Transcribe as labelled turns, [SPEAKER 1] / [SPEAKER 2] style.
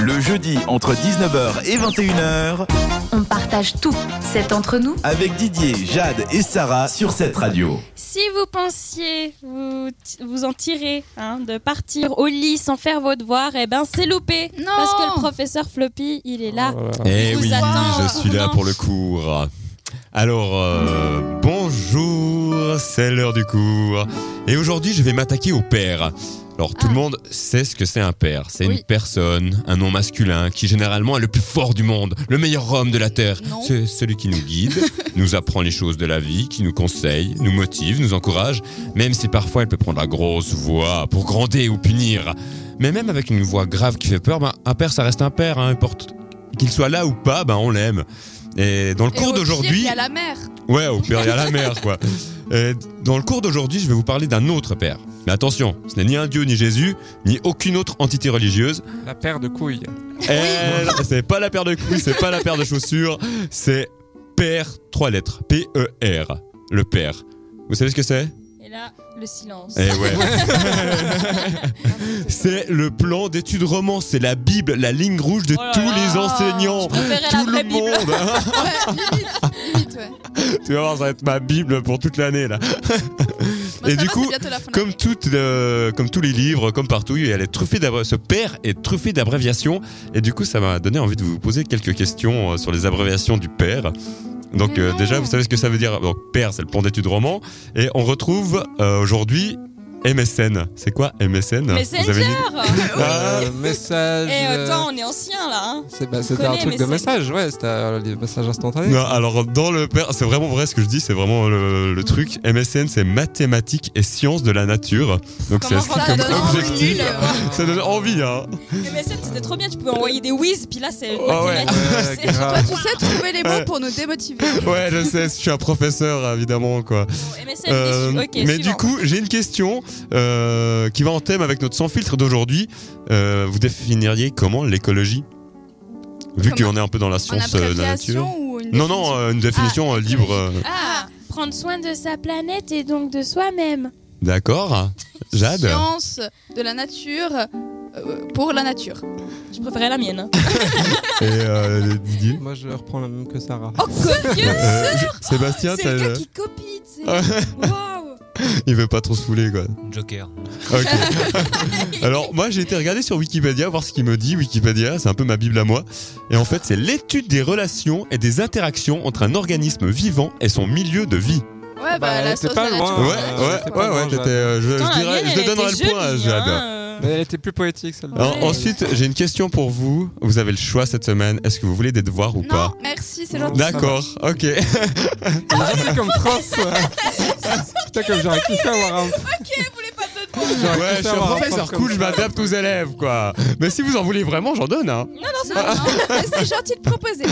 [SPEAKER 1] Le jeudi, entre 19h et 21h,
[SPEAKER 2] On partage tout. C'est entre nous.
[SPEAKER 1] avec Didier, Jade et Sarah sur cette radio.
[SPEAKER 3] Si vous pensiez vous, vous en tirer hein, de partir au lit sans faire vos devoirs, eh ben c'est loupé
[SPEAKER 2] Non.
[SPEAKER 3] parce que le professeur Floppy, il est là.
[SPEAKER 4] Eh
[SPEAKER 3] vous
[SPEAKER 4] oui,
[SPEAKER 3] attend.
[SPEAKER 4] je suis là pour le cours. Alors, euh, bonjour, c'est l'heure du cours. Et aujourd'hui, je vais m'attaquer au père. Alors, tout
[SPEAKER 3] Ah.
[SPEAKER 4] le monde sait ce que c'est un père. C'est
[SPEAKER 3] Oui.
[SPEAKER 4] une personne, un nom masculin, qui généralement est le plus fort du monde, le meilleur homme de la Terre.
[SPEAKER 5] Non.
[SPEAKER 4] C'est celui qui nous guide, nous apprend les choses de la vie, qui nous conseille, nous motive, nous encourage, même si parfois il peut prendre la grosse voix pour gronder ou punir. Mais même avec une voix grave qui fait peur, ben, un père, ça reste un père, hein, importe qu'il soit là ou pas, ben, on l'aime. Et dans le
[SPEAKER 5] Et au
[SPEAKER 4] cours
[SPEAKER 5] pire, Il
[SPEAKER 4] d'aujourd'hui,
[SPEAKER 5] y a la mer.
[SPEAKER 4] ouais, au père, il y a la mer, quoi. Et dans le cours d'aujourd'hui, je vais vous parler d'un autre père. Mais attention, ce n'est ni un dieu, ni Jésus, ni aucune autre entité religieuse.
[SPEAKER 6] La paire de couilles.
[SPEAKER 4] Eh, non, c'est pas la paire de couilles, c'est pas la paire de chaussures, c'est père, trois lettres, P-E-R, le père. Vous savez ce que c'est
[SPEAKER 3] Et là, le silence.
[SPEAKER 4] Eh ouais. c'est le plan d'études romans, c'est la Bible, la ligne rouge de
[SPEAKER 3] Oh là
[SPEAKER 4] tous
[SPEAKER 3] là.
[SPEAKER 4] les enseignants.
[SPEAKER 3] Je préférais la
[SPEAKER 4] Tout
[SPEAKER 3] vraie
[SPEAKER 4] le
[SPEAKER 3] Bible.
[SPEAKER 4] monde, hein.
[SPEAKER 5] Ouais, limite, limite, ouais.
[SPEAKER 4] tu vas voir, ça va être ma Bible pour toute l'année là.
[SPEAKER 5] Bah,
[SPEAKER 4] Et
[SPEAKER 5] ça
[SPEAKER 4] du
[SPEAKER 5] va,
[SPEAKER 4] coup,
[SPEAKER 5] c'est bientôt la fin de
[SPEAKER 4] comme,
[SPEAKER 5] l'année.
[SPEAKER 4] toutes, euh, comme tous les livres, comme partout, elle est truffée d'abr- ce père est truffé d'abréviations. Et du coup, ça m'a donné envie de vous poser quelques questions euh, sur les abréviations du père. Donc
[SPEAKER 5] Mais
[SPEAKER 4] euh,
[SPEAKER 5] non.
[SPEAKER 4] déjà, vous savez ce que ça veut dire. Donc père, c'est le plan d'études roman. Et on retrouve euh, aujourd'hui MSN. C'est quoi MSN Vous avez
[SPEAKER 3] Messenger
[SPEAKER 4] une- Ah,
[SPEAKER 6] Euh, message.
[SPEAKER 3] Et
[SPEAKER 6] euh,
[SPEAKER 3] Eh, attends, on est ancien là. hein.
[SPEAKER 6] c'est- bah, C'était
[SPEAKER 3] connaît,
[SPEAKER 6] un truc
[SPEAKER 3] mais
[SPEAKER 6] de
[SPEAKER 3] c'est-
[SPEAKER 6] message, ouais, c'était euh, les messages instantanés.
[SPEAKER 4] Non, alors dans le père, c'est vraiment vrai ce que je dis, c'est vraiment le, le truc. MSN, c'est mathématiques et sciences de la nature. Donc c'est
[SPEAKER 5] Comment
[SPEAKER 4] inscrit
[SPEAKER 5] ça
[SPEAKER 4] comme
[SPEAKER 5] donne envie,
[SPEAKER 4] objectif.
[SPEAKER 5] là
[SPEAKER 4] Ça donne envie, hein.
[SPEAKER 3] Mais MSN, c'était trop bien. Tu pouvais envoyer des whiz, puis là, c'est.
[SPEAKER 4] Ah ouais.
[SPEAKER 6] Euh,
[SPEAKER 3] mathématique, c'est-
[SPEAKER 5] Toi,
[SPEAKER 6] grave.
[SPEAKER 5] tu sais trouver les mots pour nous démotiver.
[SPEAKER 4] Ouais, je sais, je suis un professeur, évidemment, quoi.
[SPEAKER 3] Bon, MSN,
[SPEAKER 4] Euh,
[SPEAKER 3] déçu. Ok,
[SPEAKER 4] mais
[SPEAKER 3] suivant.
[SPEAKER 4] du coup, j'ai une question euh, qui va en thème avec notre sans filtre d'aujourd'hui. Euh, vous définiriez comment l'écologie Vu
[SPEAKER 5] Comment
[SPEAKER 4] qu'on est un peu dans la
[SPEAKER 5] En
[SPEAKER 4] science euh, de la nature.
[SPEAKER 5] appréciation ou une
[SPEAKER 4] Non, non, euh, une définition euh, libre. euh,
[SPEAKER 3] Ah, prendre soin de sa planète et donc de soi-même.
[SPEAKER 4] D'accord. Jade
[SPEAKER 5] Science de la nature euh, pour la nature.
[SPEAKER 3] Je préférais la mienne.
[SPEAKER 4] Et euh, Didier
[SPEAKER 6] Moi, je reprends la même que Sarah.
[SPEAKER 3] Oh, copieuse
[SPEAKER 4] Euh, Sébastien,
[SPEAKER 3] C'est
[SPEAKER 4] t'as-
[SPEAKER 3] le gars qui copie, tu sais. Waouh
[SPEAKER 4] il veut pas trop se fouler quoi.
[SPEAKER 7] Joker.
[SPEAKER 4] Ok. Alors moi j'ai été regarder sur Wikipédia voir ce qu'il me dit. Wikipédia c'est un peu ma bible à moi. Et en fait c'est l'étude des relations et des interactions entre un organisme vivant et son milieu de vie.
[SPEAKER 5] Ouais, bah,
[SPEAKER 6] Bah,
[SPEAKER 5] la
[SPEAKER 6] t'es
[SPEAKER 5] science de
[SPEAKER 6] pas loin.
[SPEAKER 5] la nature.
[SPEAKER 4] Ouais ouais
[SPEAKER 6] Ah,
[SPEAKER 4] ouais
[SPEAKER 6] c'est
[SPEAKER 4] ouais.
[SPEAKER 6] pas mal,
[SPEAKER 4] t'étais, euh, je, je
[SPEAKER 3] Putain, la
[SPEAKER 4] dirais-
[SPEAKER 3] mienne,
[SPEAKER 4] je te
[SPEAKER 3] elle
[SPEAKER 4] donnerai
[SPEAKER 3] était
[SPEAKER 4] le point à
[SPEAKER 3] jolie,
[SPEAKER 4] Jade.
[SPEAKER 3] hein, euh.
[SPEAKER 6] Mais elle était plus poétique celle-là.
[SPEAKER 4] Alors,
[SPEAKER 3] Ouais.
[SPEAKER 4] ensuite j'ai une question pour vous. Vous avez le choix cette semaine. Est-ce que vous voulez des devoirs ou
[SPEAKER 5] Non,
[SPEAKER 4] pas
[SPEAKER 5] merci, c'est gentil.
[SPEAKER 4] D'accord. Ok.
[SPEAKER 6] J'étais comme prof. Putain, comme j'aurais kiffé avoir un. Ok, vous voulez pas de
[SPEAKER 4] Ouais je suis un professeur cool. Je m'adapte aux élèves quoi. Mais si vous en voulez vraiment j'en donne hein.
[SPEAKER 5] Non, non, c'est gentil de proposer.